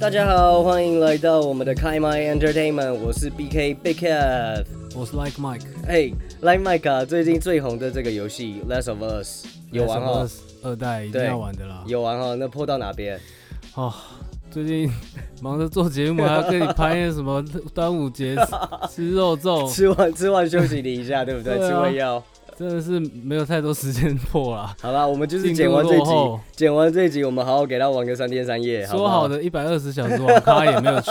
大家好，欢迎来到我们的开麦 Entertainment，我是 BK Big Cat。我是 Like Mike，嘿、l i k e Mike 啊，最近最红的这个游戏《Last of Us》有玩二哦，十二代一定对要玩的啦。有玩哦，那破到哪边？ 哦，最近忙着做节目，还要跟你拍那什么 端午节吃肉 粽，吃完吃完休息你一 下，对不对？对啊吃胃药。真的是没有太多时间破啦。好啦，我们就是进剪度完这落集，后剪完这集，我们好好给他玩个三天三夜，好不说好好？的一百二十小时网咖也没 有去，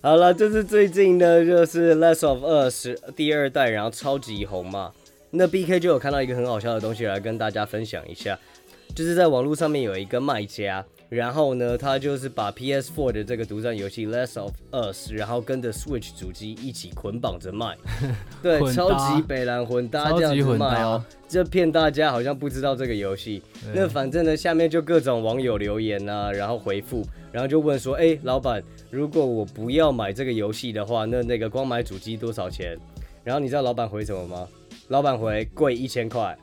好了，就是最近呢，就是《Last of Us》第二代，然后超级红嘛。那 B K 就有看到一个很好笑的东西来跟大家分享一下，就是在网络上面有一个卖家，然后呢，他就是把 PS 4的这个独占游戏《Last of Us》，然后跟着 Switch 主机一起捆绑着卖，对， 混搭超级北蓝混搭超这样级子混卖哦搭。。这骗大家好像不知道这个游戏。那反正呢，下面就各种网友留言啊，然后回复，然后就问说，哎、老板，如果我不要买这个游戏的话，那那个光买主机多少钱？然后你知道老板回什么吗？老板回贵一千块，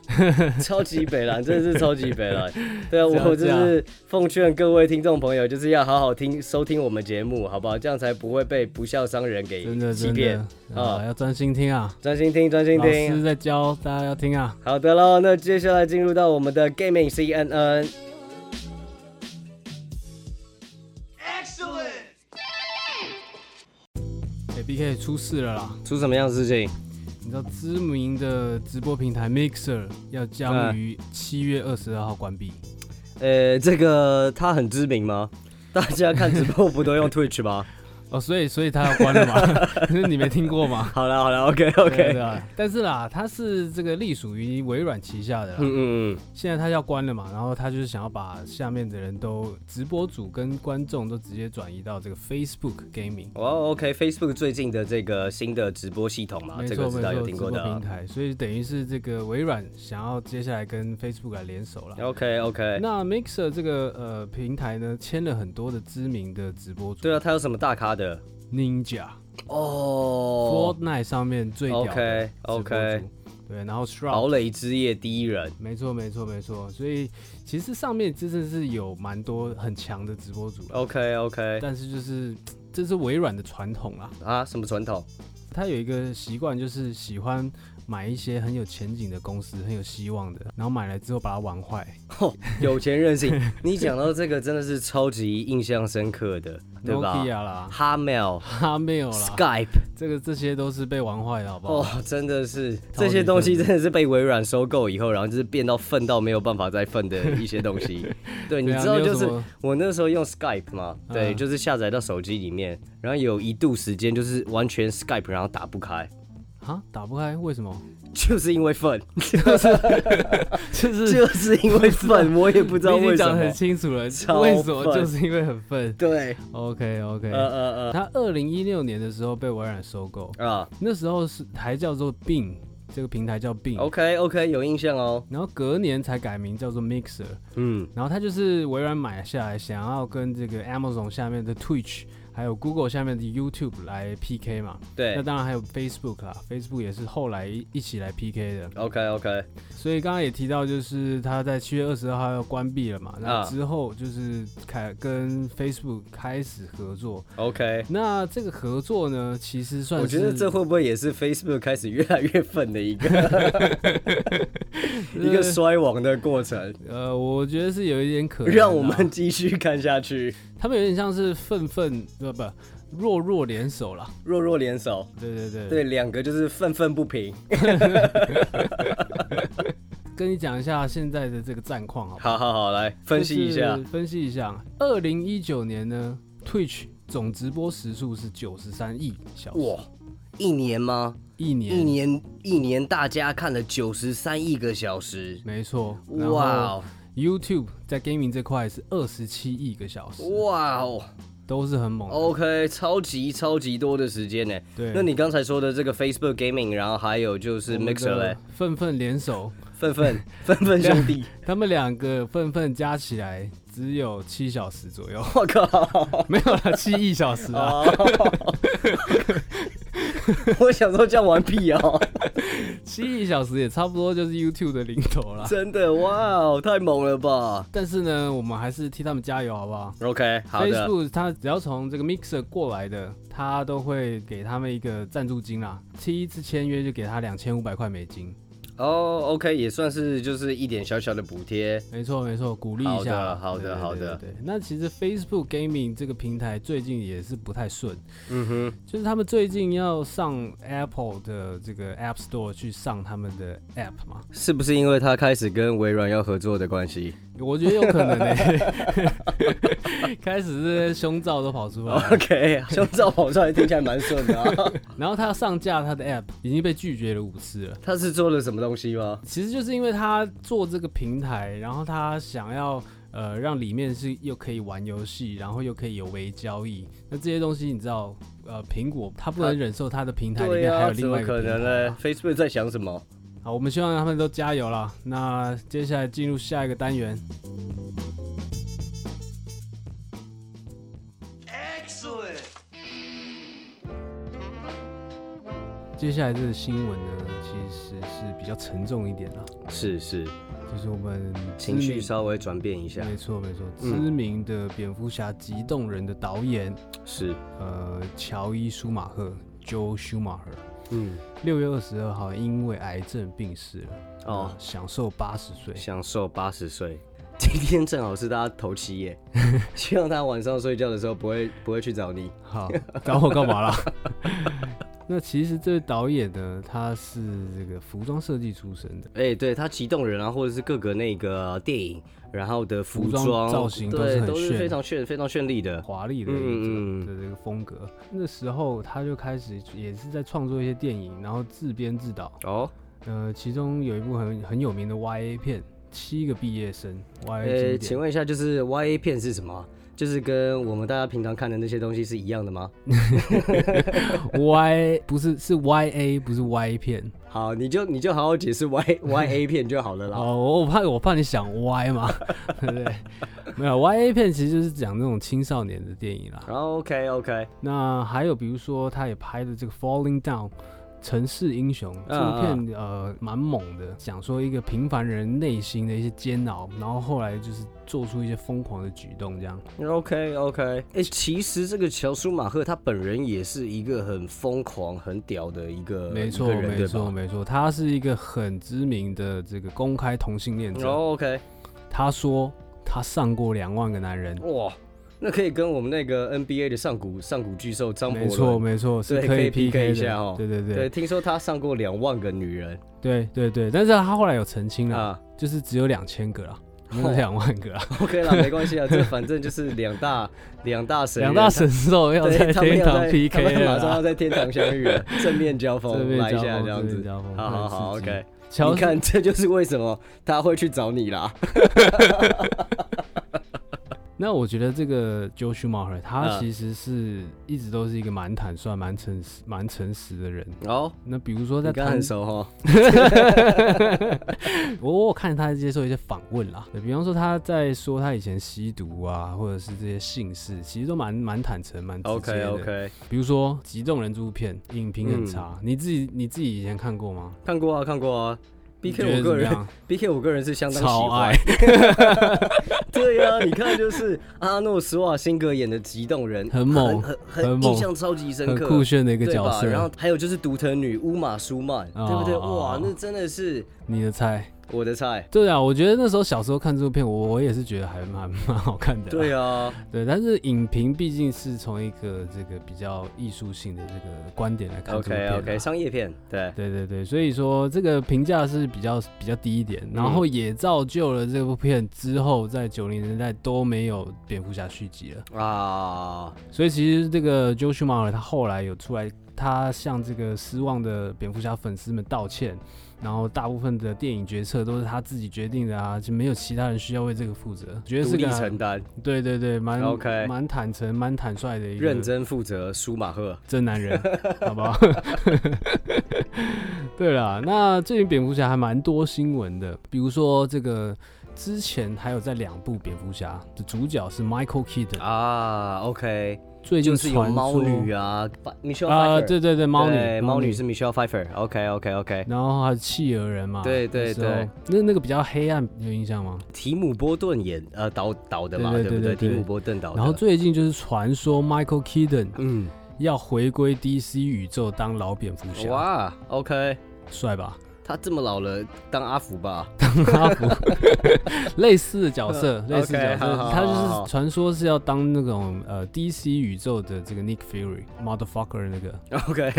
超级北蓝，真的是超级北 蓝。对啊，我这就样是奉劝各位听众朋友，就是要好好听收听我们节目，好不好？这样才不会被不孝商人给真的欺真骗的。啊啊，要专心听啊，专心听，专心老听师。在教大家要听啊。好的喽，那接下来进入到我们的 Gaming CNN。哎，BK 出事了啦！出什么样的事情？你知道知名的直播平台 Mixer 要嗯将于七月二十二号关闭。呃，这个他很知名吗？ 大家看直播不都用 Twitch 吗？ 哦，所以所以他要关了嘛？可是你没听过吗好了好了，OK 对啊 OK，对啊但是啦，它是这个隶属于微软旗下的啦。嗯嗯现在它要关了嘛，然后它就是想要把下面的人都直播主跟观众都直接转移到这个 Facebook Gaming。嗯，哇 OK，Facebook 最近的这个新的直播系统嘛，没啊这个错没知道有错，听直过播的平啊。台，所以等于是这个微软想要接下来跟 Facebook 来联手啦。 OK OK，那 Mixer 这个呃平台呢，签了很多的知名的直播主，对啊，他有什么大咖的？ ，Ninja、哦 Fortnite 上面最屌的，OK 直播主 OK，对，然后 Shroud 堡垒之夜第一人，没错，没错，没错。所以其实上面真的是有蛮多很强的直播主啦 OK OK，但是就是这是微软的传统啦。啊，什么传统？它有一个习惯，就是喜欢买一些很有前景的公司、很有希望的，然后买来之后把它玩坏。有钱任 性。你讲到这个真的是超级印象深刻的，对吧 Nokia 啦， 哈 m a i l 哈没有啦， Skype。这个这些都是被玩坏的，好不好？哦，真的是超这些级东西愤真的是被微软收购以后，然后就是变到粪到没有办法再粪的一些东 西。对，你对啊知道有就什是么我那时候用 Skype 嘛，对，嗯就是下载到手机里面，然后有一度时间就是完全 Skype 然后打不开， 啊打不开，为什么？就是因为粪， 就是就是因为粪，我也不知道你已为经什讲得么很。清楚了，超为什么？愤就是因为很笨。对， OK 呃 OK，、呃它二零一六年的时候被微软收购，呃啊那时候是还叫做 Bing，这个平台叫 Bing，、 ，OK OK，有印象哦。然后隔年才改名叫做 Mixer，嗯，然后它就是微软买下来，想要跟这个 Amazon 下面的 Twitch，还有 Google 下面的 YouTube 来 PK 嘛。那对当然还有 Facebook 啦，Facebook 也是后来一起来 PK 的。 ，OK OK，所以刚刚也提到，就是它在七月二十二号要关闭了嗯嘛，那之后就是开跟 Facebook 开始合作。 OK，那这个合作呢，其实算是我觉得这会不会也是 Facebook 开始越来越愤的一 个一个衰亡的过程？呃，我觉得是有一点可能啊让我们继续看下去。他们有点像是愤愤呃不不弱弱联手啦，弱弱联手，对对对。对，两个就是愤愤不平。跟你讲一下现在的这个战况好不好，好好好，来分析一下就。是分析一下。二零一九年呢，Twitch 总直播时数是九十三亿小时，哇，一年吗？一年一年一年，大家看了九十三亿个小时。没错。然后哇哦 YouTube 在 gaming 这块是二十七亿个小时，哇哦都是很猛的。 ，OK，超级超级多的时间呢。对，那你刚才说的这个 Facebook Gaming，然后还有就是我们 Mixer 的嘞，愤愤联手，愤愤 愤愤兄弟，他们两个愤愤加起来只有七小时左右，我靠！ 没有啦，七亿小时啊， 哦，我想说这样玩屁哦，七亿小时也差不多就是 YouTube 的零头啦。真的哇哦，太猛了吧但是呢，我们还是替他们加油，好不好？ ！OK，好的， Facebook 它只要从这个 Mixer 过来的，它都会给他们一个赞助金啦。第一次签约就给他两千五百块美金，哦、o k 也算是就是一点小小的补贴。没错没错，鼓励一下啦。好的对好的好的对对对对那其实 Facebook Gaming 这个平台最近也是不太顺，嗯哼，就是他们最近要上 Apple 的这个 App Store 去上他们的 App 嘛，是不是因为他开始跟微软要合作的关系我觉得有可能呢、 开始这些胸罩都跑出来了。 ？OK，胸罩跑出来听起来蛮顺的、 啊。然后他要上架他的 App 已经被拒绝了五次了。他是做了什么东西吗？其实就是因为他做这个平台，然后他想要呃让里面是又可以玩游戏，然后又可以有微交易。那这些东西你知道，呃，苹果它不能忍受它的平台里对面还有啊，另怎外么一可个平台能嘛。呢？Facebook 在想什么？好，我们希望他们都加油啦。那接下来进入下一个单元。接下来这个新闻呢，其实是比较沉重一点啦，是是，就是嗯我们知情绪名稍微转变一下。没错没错，知嗯名的蝙蝠侠极动人的导演，是，呃，乔伊舒马赫 （Joe Schumacher） 嗯，六月二十二号因为癌症病逝了，哦呃，享受八十岁。享受八十岁。 今天正好是大家头七耶， 希望他晚上睡觉的时候不会不会去找你。好，找我干嘛啦？ 那其实这位导演呢，他是这个服装设计出身的，哎、对他激动人啊，或者是各个那个电影，然后的服服装装造型都是对，很都是炫非常炫、非常绚丽的。华丽的一嗯嗯嗯种的这个风格。那时候他就开始也是在创作一些电影，然后自编自导。哦，呃，其中有一部很很有名的 YA 片，《七个毕业生》呃、 YA 经典。请问一下，就是 Y A 片是什么啊？就是跟我们大家平常看的那些东西是一样的吗？ Y 不是是 YA 不是 Y 片好，你就你就好好解释 Y Y A 片就好了啦。哦，我我怕我怕你想歪嘛， 对不对？没有 YA 片其实就是讲那种青少年的电影啦。然后 OK OK，那还有比如说他也拍的这个《Falling Down》。城市英雄啊这部片呃蛮猛的，讲说一个平凡人内心的一些煎熬，然后后来就是做出一些疯狂的举动，这样 OK OK，哎、其实这个乔舒马赫他本人也是一个很疯狂、很屌的一个没错呃一个人没对错吧没错，他是一个很知名的这个公开同性恋者，哦 OK，他说他上过两万个男人，哇，那可以跟我们那个 NBA 的上古上古巨兽张伯没错伦，没错，是对可可以以 PK 一 PK 下的哦对对对，对听说他上过两万个女人对对对，但是他后来有澄清了，啊。就是只有两 千个啦，没有哦两万个啦， OK 啦，没关系啊，这反正就是两大 两大神人，两大神兽要在对，他们天要堂在他 PK 们马了上要啦，在天堂相遇了，正面交这锋边来一交下锋，这样这边子。交锋，好好好很刺激，OK。乔你看，这就是为什么他会去找你啦。那我觉得这个 Joe Schumacher 嗯他其实是一直都是一个蛮坦率、蛮诚实、蛮诚实的人。哦，那比如说你在刚谈很熟哈。我 我有看他接受一些访问啦，对比方说他在说他以前吸毒啊，或者是这些姓氏，其实都蛮蛮坦诚、蛮直接的。 OK OK，比如说《极重人》这部片，影评嗯很差，你自己你自己以前看过吗看过啊，看过啊。你 B 觉 K 得我怎个么人样？ B K 我个人是相当喜超爱欢。 对呀、你看就是阿诺·施瓦辛格演的激动人，很猛很很很猛印象超级深很刻，酷炫的一个对角吧？色。然后还有就是独藤女乌玛·舒曼，哦对不对？哦哦哇，那真的是你的猜？我的菜。对啊，我觉得那时候小时候看这部片，我我也是觉得还蛮 蛮好看的啦。对啊，对，但是影评毕竟是从一个这个比较艺术性的这个观点来看这部片啊 OK 啦 OK，商业片，对，对对对，所以说这个评价是比较比较低一点，然后嗯也造就了这部片之后在九零年代都没有蝙蝠侠续集了。啊，所以其实这个 Joe Schumacher 他后来有出来，他向这个失望的蝙蝠侠粉丝们道歉，然后大部分的电影决策都是他自己决定的啊，就没有其他人需要为这个负责。觉得独是立个承担，对对对，蛮 OK 蛮坦诚、蛮坦率的一个认真负责，舒马赫。真 男人，好不好？ 对啦，那最近蝙蝠侠还蛮多新闻的，比如说这个之前还有在两部蝙蝠侠的主角是 Michael Keaton，、啊，OK，最近就是有传猫说女啊，Fa-，Michelle 啊、 Pfeiffer，对对对，猫对女猫女是 Michelle Pfeiffer，OK OK OK，然后还有企鹅人嘛，对对那时候对，那那个比较黑暗，你有印象吗？提姆波顿演呃导导的嘛，对不对对对对提对姆波顿导的，然后最近就是传说 Michael Keaton 嗯，要回归 DC 宇宙当老蝙蝠侠，哇，OK，帅吧？他这么老了当阿福吧， 哈 佛类似的角色，类似的角 OK，好好色，好他就是传说是要当那种呃 DC 宇宙的这个 Nick Fury motherfucker 那个。 OK，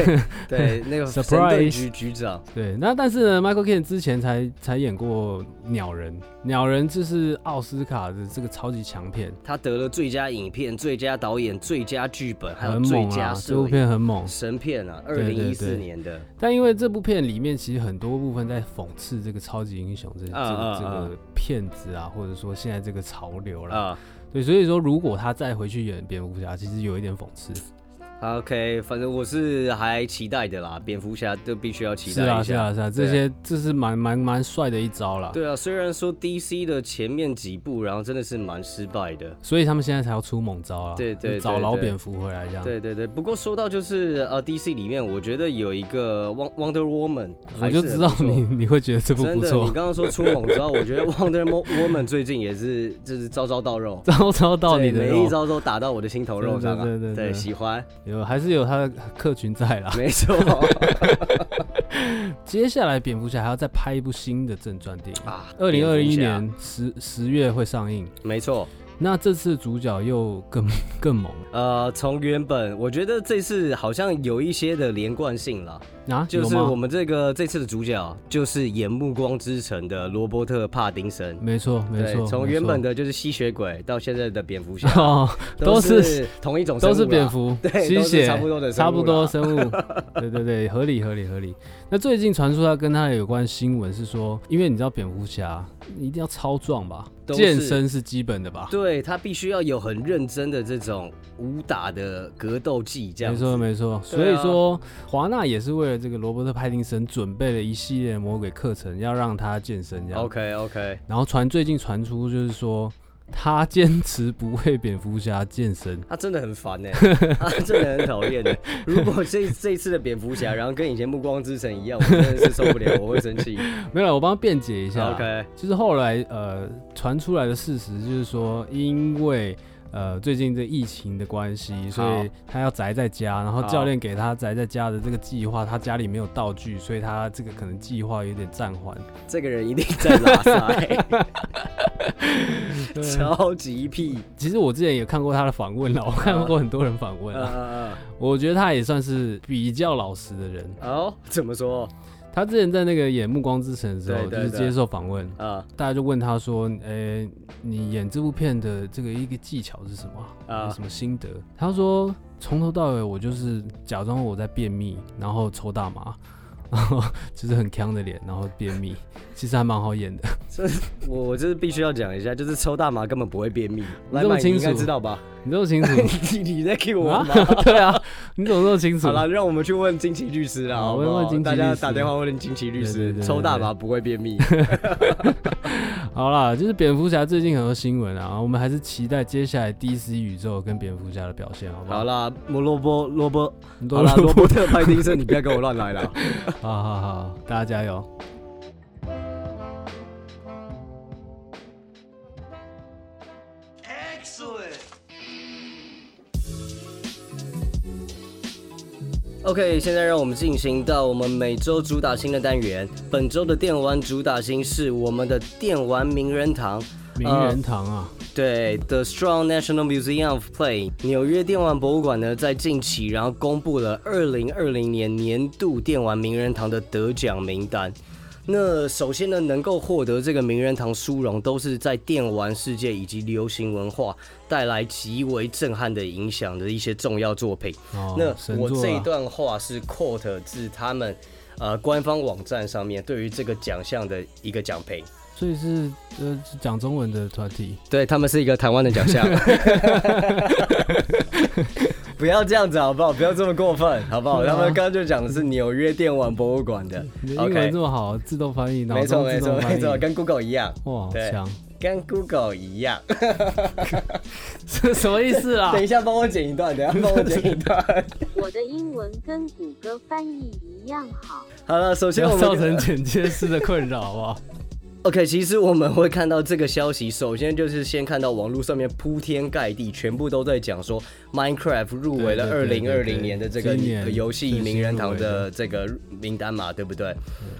对， 那个 Surprise 神盾局局长，对，那但是呢，Michael Keaton 之前才才演过鸟人，鸟人就是奥斯卡的这个超级强片，他得了最佳影片、最佳导演、最佳剧本，还有很最猛佳啊，摄这部影片很猛。神片啊，二对对零一四对年的，但因为这部片里面其实很多部分在讽刺这个超级英雄这这啊啊个这啊个骗子啊，或者说现在这个潮流啦。啊对，所以说如果他再回去演蝙蝠侠，其实有一点讽刺。 ，OK，反正我是还期待的啦，蝙蝠侠都必须要期是待啊，一是下。啊，是啊，这些这是蛮蛮蛮帅的一招啦。对啊，虽然说 DC 的前面几部，然后真的是蛮失败的。所以他们现在才要出猛招啦，对对就找对老对蝙蝠回来这样。对对对，不过说到就是呃 DC 里面，我觉得有一个 Won- Wonder Woman，我还是就很知道不错你你会觉得这部真不的，错 你，刚刚说出猛招，我觉得 Wonder Mo- Woman 最近也是就是招招到肉，招招到你的对每一肉，招都打到我的心头肉上啊。对对对对对喜欢，有还是有他的客群在 啦。没 错接下来蝙蝠侠还要再拍一部新的正传电影，啊。二零二一蝙蝠年十十月会上映。侠，没错。那这次主角又更 更猛呃，从原本我觉得这次好像有一些的连贯性了，啊，就有是我吗？们这个这次的主角就是演《暮光之城》的罗伯特·帕丁森。没错，没对，错，从没原错，本的就是吸血鬼到现在的蝙蝠侠哦，都 都是同一种生物都啦，是蝙蝠 对，吸都是血，差不多的生物啦，啊差不多生物， 对对对，合理合理合理。那最近传出他跟他有关新闻是说，因为你知道蝙蝠侠一定要超壮吧，都是健身是基本的吧？对他必须要有很认真的这种武打的格斗技，这样没子啊错没错，所以说华纳也是为了这个罗伯特·派丁森准备了一系列的魔鬼课程，要让他健身这样。 OK OK，然后传最近传出就是说他坚持不为蝙蝠侠 健身，他真的很烦 呢、他真的很讨厌呢。欸如果这这一次的蝙蝠侠，然后跟以前暮光之城一样，我真的是受不了，我会生 气。没有啦，我帮他辩解一下啦。 OK，就是后来呃传出来的事实就是说，因为呃最近这疫情的关系，所以他要宅在家，然后好教练给他宅在家的这个计划，他家里没有道具，所以他这个可能计划有点暂 缓。这个人一定在拉塞，嗯啊超级屁。其实我之前也看过他的访问了，我看过很多人访问嗯啊，嗯我觉得他也算是比较老实的人。嗯，哦，怎么说他之前在那个演《暮光之城》的时候，对对就是对接受访问，啊大家就问他说：“呃、你演这部片的这个一个技巧是什么啊？啊有什么心得？”他说：“从头到尾，我就是假装我在便秘，然后抽大麻， 然后就是很强的脸，然后便秘，其实还蛮好演的。我我这是必须要讲一下，就是抽大麻根本不会便秘，你来这么买你应该清楚知道 吧？你这么清楚你你在 Q 我啊吗？？ 对啊，你怎么这么清楚 好？了，让我们去问金奇律师啦，好好不好问问金奇大家律师打电话问金奇律师，对对对对抽大麻不会便秘。好啦，就是蝙蝠侠最近很多新闻啊，我们还是期待接下来 DC 宇宙跟蝙蝠侠的表现，好不好？ 好啦，莫罗伯罗伯，你都好啦，罗伯特派丁森，你不要跟我乱来 啦。好好好，大家加油。 OK，现在让我们进行到我们每周主打新的单元。本周的电玩主打新是我们的电玩名人堂，名呃人堂啊，对，The Strong National Museum of Play，纽约电玩博物馆呢，在近期然后公布了二零二零年年度电玩名人堂的得奖名单。那首先呢，能够获得这个名人堂殊荣，都是在电玩世界以及流行文化带来极为震撼的影响的一些重要作品。哦，那神我作这一啊段话是 quote 自他们呃官方网站上面对于这个奖项的一个奖评。所以是呃是讲中文的团体，对他们是一个台湾的奖项， 不要这样子好不好？不要这么过分好不好？他们刚刚就讲的是纽约电玩博物馆的啊你的英文，OK，这么好，自动翻译，脑没错中没自错动没翻译，错，跟 Google 一样，哇，好对 强，跟 Google 一样。这什么意思啊等？一下帮我剪一段，等一下帮我剪一 段。我的英文跟谷歌翻译一样好。好了，首不先我要造们成剪接师的困扰，啊好不 好？ OK，其实我们会看到这个消息，首先就是先看到网络上面铺天盖地，全部都在讲说 Minecraft 入围了二对对零二对对零年的这个今年呃游戏名人堂最新入围的这个名单嘛，对不对？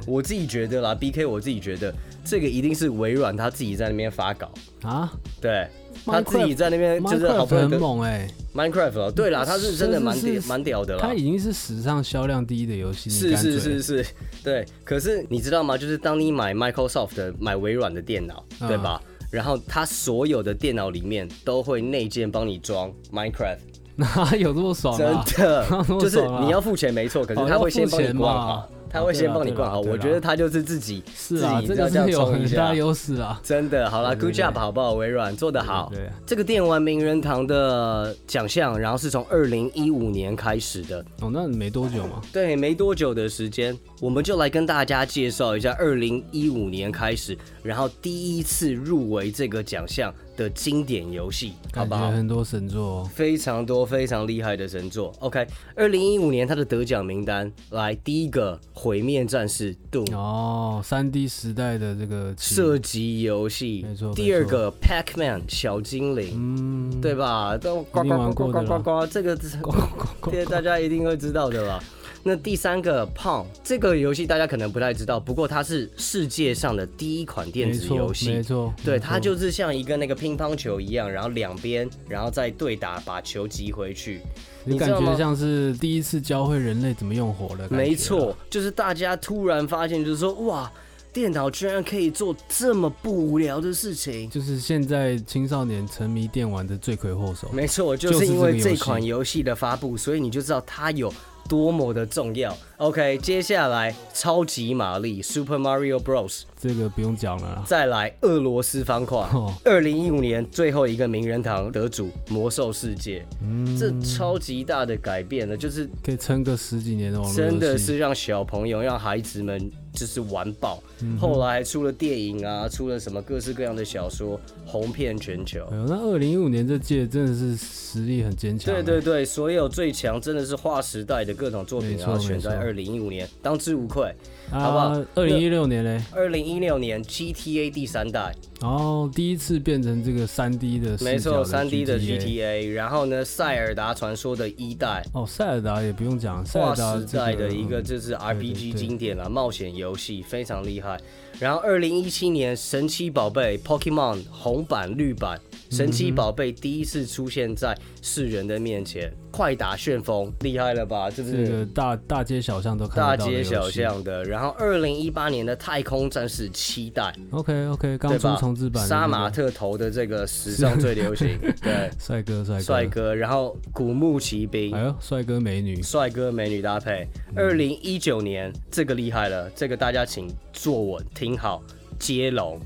我自己觉得啦，BK 我自己觉得这个一定是微软他自己在那边发稿，啊对他自己 Minecraft- 在那边就是好，Minecraft 不容易很跟猛哎， Minecraft 哦，对啦，他是真的蛮是是屌是蛮屌的啦它，已经是史上销量第一的游戏，你是敢是嘴是是，对。可是你知道吗？就是当你买 Microsoft 的、买微软的电脑，嗯对吧？然后它所有的电脑里面都会内建帮你装 Minecraft， 哪有这么爽真啊？的 那么爽啊就是你要付钱没错，可是哦它会先帮你要付钱逛嘛好，它哦会对先啦帮你对逛啦好。对我啦觉得它就是自己是啊，自己这个这样是有冲一很下大优势啊。真的好啦对 g o o 对 d job 好不好？微软做得好对对对。这个电玩名人堂的奖项，然后是从二零一五年开始的，哦，那没多久嘛，对，没多久的时间，我们就来跟大家介绍一下二零一五年开始，然后第一次入围这个奖项的经典游戏，好感不觉好？很多神作哦。非常多非常厉害的神作。OK，二零一五年它的得奖名单，来第一个《毁灭战士 Doom》哦，三 D 时代的这个起射击游戏没错，没第二错个《Pac-Man》小精灵，嗯，对吧？都呱一定呱玩呱呱过呱的呱啦呱，这个呱呱呱这个大家一定会知道的啦。那第三个 Pong 这个游戏大家可能不太知道，不过它是世界上的第一款电没子错游没戏。错，对，没错它就是像一个那个乒乓球一样，然后两边，然后再对打，把球击回去。就你感知道吗觉像是第一次教会人类怎么用火的感觉啊，没错，就是大家突然发现，就是说，哇，电脑居然可以做这么不无聊的事情。就是现在青少年沉迷电玩的罪魁祸首。没错，就就是是因为这这个游戏款游戏的发布，所以你就知道它有多么的重要。OK，接下来超级玛丽 Super Mario Bros。这个不用讲了啦。再来俄罗斯方块哦，二零一五年最后一个名人堂得主《魔兽世界》嗯这超级大的改变了，就是可以撑个十几年的网络游戏真的是让小朋友、让孩子们就是玩爆。嗯后来还出了电影啊，出了什么各式各样的小说，红遍全球哎。呦，那二零一五年这届真的是实力很坚强啊。对对对，所有最强真的是划时代的各种作品，没错然后选在没错二零一五年，当之无愧。好不好啊，二零一六年嘞，二零一六年 GTA 第三代，然后第一次变成这个三 D 的视角没错，三 D 的 GTA。 GTA，然后呢，《塞尔达传说》的一代，哦，塞尔达也不用讲，塞划尔达时代的一个这嗯就是对 RPG 对经典了、冒险游戏非常厉害。然后二零一七年《神奇宝贝》Pokemon 红版绿版，《神奇宝贝》第一次出现在世人的面前，快打旋风厉害了吧？这这是个大大街小巷都看大得到的街游戏小。巷的。然后二零一八年的《太空战士七代》， OK OK，刚对出吧？重置版的这个杀马特头的这个史上最流 行，对，帅哥帅哥帅，哥。然后古墓奇兵，哎呦，帅哥美女，帅哥美女搭配。二零一九年这个厉害了，这个大家请坐稳听好，接龙，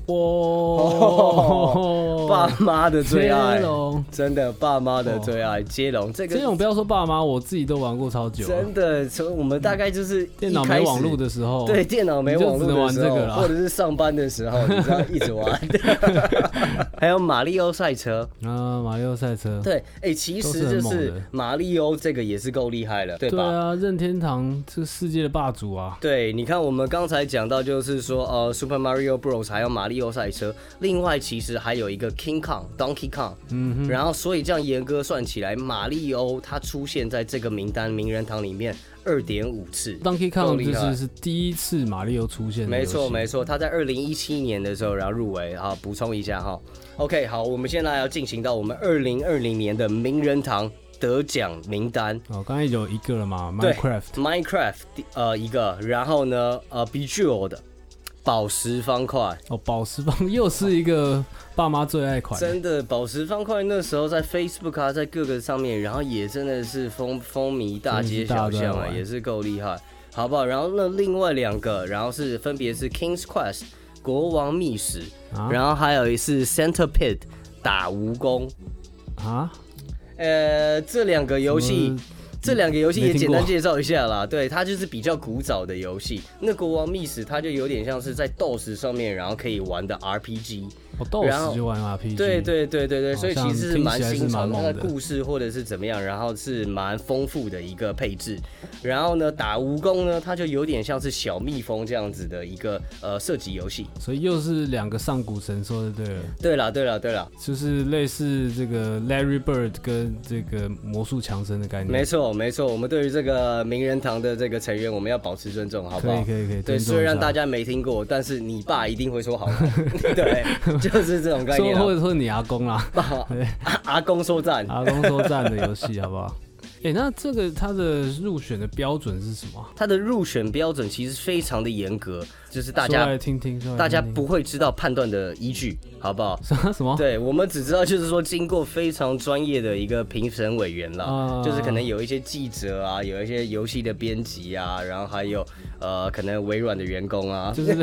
爸哇，妈的最爱哦接，龙，真的爸妈的最爱，接龙这个这种不要说爸妈，我自己都玩过超久了，啊真的从我们大概就是电脑一开没始网络。的时候，对，，电脑没网哦你就只络能的玩时这个候，啦或者是上班的时候，你知道一直 玩。还有马里奥赛车，啊，马里奥赛车，对，哎，其都实是很就猛是的马里奥这个也是够厉害了，对对吧？啊，任天堂这个世界的霸主啊，对，你看我们刚才讲到，就是说，呃，Super Mario Bros. 还有马里奥赛车，另外其实还有一个 King Kong、Donkey Kong，嗯哼，然后所以这样严格算起来，马里欧它出现在这个名单名人堂里面二点五次。 Donkey 够 Kong 厉就害是是第一次马里奥出现的游没戏，错，没错，他在二零一七年的时候，然后入围啊，补充一下哈。OK，好，我们现在要进行到我们二零二零年的名人堂得奖名单。哦，刚才有一个了嘛对，Minecraft， Minecraft 呃一个，然后呢呃 Bejeweled 宝石方块，哦，宝石棒又是一个爸妈最爱款，真的，宝石方块那时候在 Facebook 啊，在各个上面，然后也真的是风风靡大街小真的是大巷家啊，玩也是够厉害，好不好？然后那另外两个，然后是分别是 King's Quest 国王觅食，啊然后还有一是 Centipede 打蜈蚣。啊，呃，这两个游戏嗯，这两个游戏也没听简过单介绍一下啦。对，它就是比较古早的游戏。那国王密室它就有点像是在 DOS 上面，然后可以玩的 RPG。我然后 DOS 就玩 RPG，对对对对对，好所以像其实是听起蛮来是新蛮潮的，猛它的的故事或者是怎么样，然后是蛮丰富的一个配置。然后呢，打蜈蚣呢，它就有点像是小蜜蜂这样子的一个呃射击游戏。所以又是两个上古神兽，就对了，对啦对啦对啦，就是类似这个 Larry Bird 跟这个魔术强森的概念，没错没错，我们对于这个名人堂的这个成员，我们要保持尊重，好不可以好？可以可对，以，尊重虽一然下大家没听过，但是你爸一定会说好玩， 对，就是这种概念说啊。或者说你阿公啦， 爸，阿阿公说赞，阿公说赞的游戏好不 好？哎、那这个它的入选的标准是什么啊？他的入选标准其实非常的严格，就是大说家来听听，说来大家听不听会知道判断的依据，好不好？什么什么对，我们只知道就是说，经过非常专业的一个评审委员啦，啊就是可能有一些记者啊，有一些游戏的编辑啊，然后还有呃，可能微软的员工啊，就是，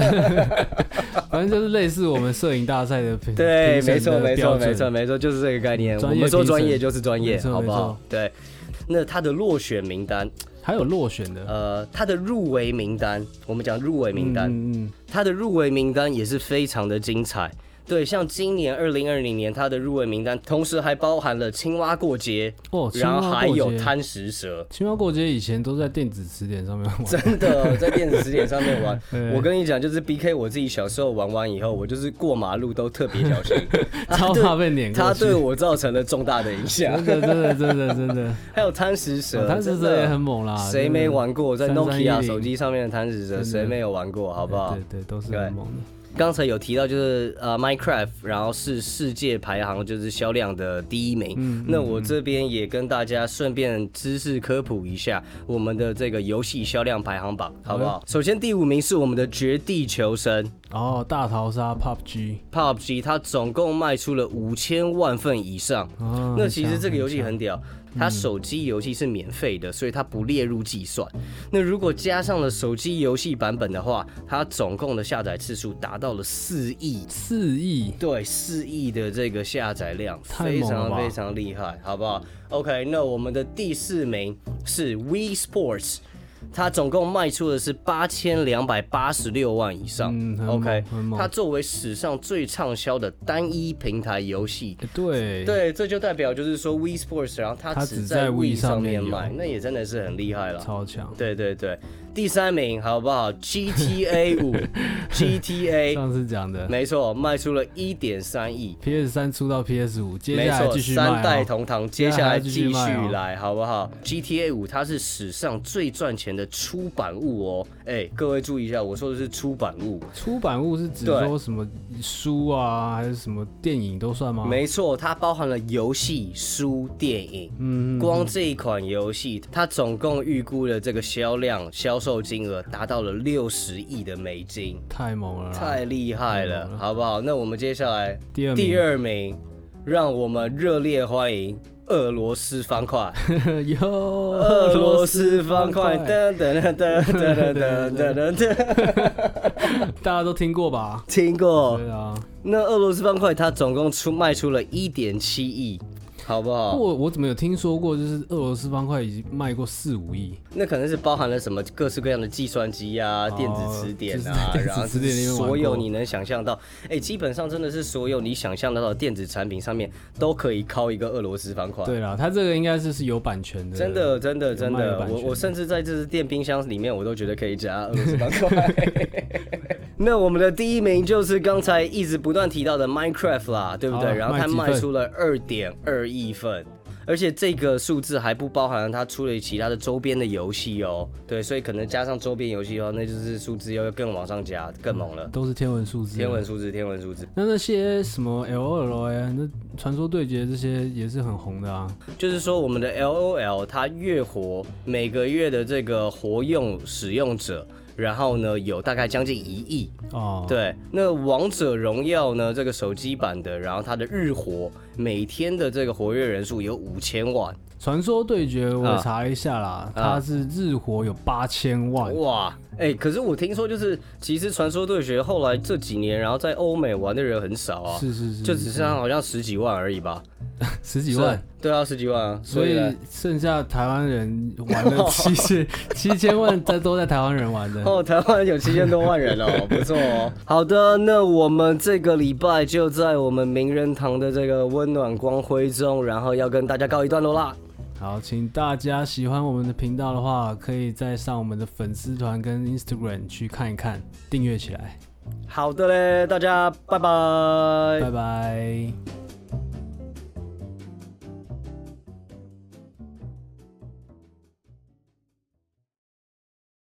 反正就是类似我们摄影大赛的评对，评没审错，的没错，标准嗯没错，没错，就是这个概念。我专业们说评审专业就是专业，没错好不没好错？对。那它的落选名单，还有落选的呃，它的入围名单，我们讲入围名单，嗯嗯它的入围名单也是非常的精彩。对，像今年二零二零年，它的入围名单同时还包含了青蛙过节，哦，青然后蛙还过有街，贪食蛇。青蛙过街以前都在电子词典上面 玩，真的在电子词典上面玩对，，我跟你讲，就是 B K 我自己小时候玩完以后，我就是过马路都特别小心 超对怕被碾过它去对我造成了重大的影响。 真的真的真的真 的，还有贪食蛇，哦贪食真的蛇也很猛啦，谁没玩过？在真的 Nokia 3310手机上面的贪食真蛇，的谁没有玩过？好不好对？对，都是对很猛的。刚才有提到就是呃 Minecraft，然后是世界排行就是销量的第一名。嗯那我这边也跟大家顺便知识科普一下我们的这个游戏销量排行榜，好不好？首先第五名是我们的《绝地求生》哦，大逃杀 PUBG， PUBG，它总共卖出了五千万份以上。哦那其实这个游戏很很屌，它手机游戏是免费的，所以它不列入计算。那如果加上了手机游戏版本的话，它总共的下载次数达到了四亿强。四亿，对，四亿的这个下载量太非猛了常吧非常厉害，好不好？OK，那我们的第四名是 We Sports，它总共卖出的是八千两百八十六万以上。嗯很猛 OK，很猛它作为史上最畅销的单一平台游戏，诶对，对，这就代表就是说 We Sports，然后它它只只在在 We Wii 上上面面卖，有那也真的是很厉害了。超强。对对对，第三名好不好？GTA 五，GTA 上次讲的没错，卖出了一点三亿， PS 三出到 PS 五，接没下来错，继续卖、哦、三代同堂，接下来继续接下来继续卖哦来，好不好？GTA 五它是史上最赚钱的出版物哦，哎，各位注意一下，我说的是出版物，出版物是指对说什么书啊，还是什么电影都算吗？没错，它包含了游戏、书、电影。嗯，嗯，光这一款游戏，它总共预估的这个销量、销售金额达到了六十亿的美金，太猛了啦，太厉害了，好不好？那我们接下来啊嗯第二名第二名，让我们热烈欢迎俄罗斯方块。 哟，俄罗斯方块，噔噔噔噔噔噔噔噔噔，大家都听过吧？ 听过？对啊， 那俄罗斯方块它总共出卖出了一点七亿，好不好？我我怎么有听说过，就是俄罗斯方块已经卖过四五亿？那可能是包含了什么各式各样的计算机啊、哦电子词典啊，就是在然后电子词典里面玩过所有你能想象到，哎、基本上真的是所有你想象得到的电子产品上面都可以靠一个俄罗斯方块。对啦，它这个应该是是有版权的，真的，真的，真有卖有的，版我权我甚至在这只电冰箱里面，我都觉得可以加俄罗斯方块。 那我们的第一名就是刚才一直不断提到的 Minecraft 啦，对不对？好然后它啊卖卖几份出了二点二亿份，而且这个数字还不包含它出了其他的周边的游戏哦。对，所以可能加上周边游戏哦，那就是数字要更往上加，更猛了。都是天文数字，天文。数字，天文数字，那那些什么 L O L 呀，那传说对决这些也是很红的啊。就是说我们的 LOL 它月活每个月的这个活用使用者，然后呢有大概将近一亿。哦，，对，那王者荣耀呢这个手机版的，然后它的日活每天的这个活跃人数有五千万，传说对决我啊查了一下啦，啊它是日活有八千万，哇！哎、可是我听说就是其实传说对决后来这几年，然后在欧美玩的人很少啊，是是是，就只剩下好像十几万而已吧。十几万是，对啊，十几万啊，所以呢剩下台湾人玩了七 千七千万，在都在台湾人玩的。哦，台湾有七千多万人哦，不错哦。好的，那我们这个礼拜就在我们名人堂的这个温暖光辉中，然后要跟大家告一段落啦。好，请大家喜欢我们的频道的话，可以再上我们的粉丝团跟 Instagram 去看一看，订阅起来。好的嘞，大家拜拜拜拜。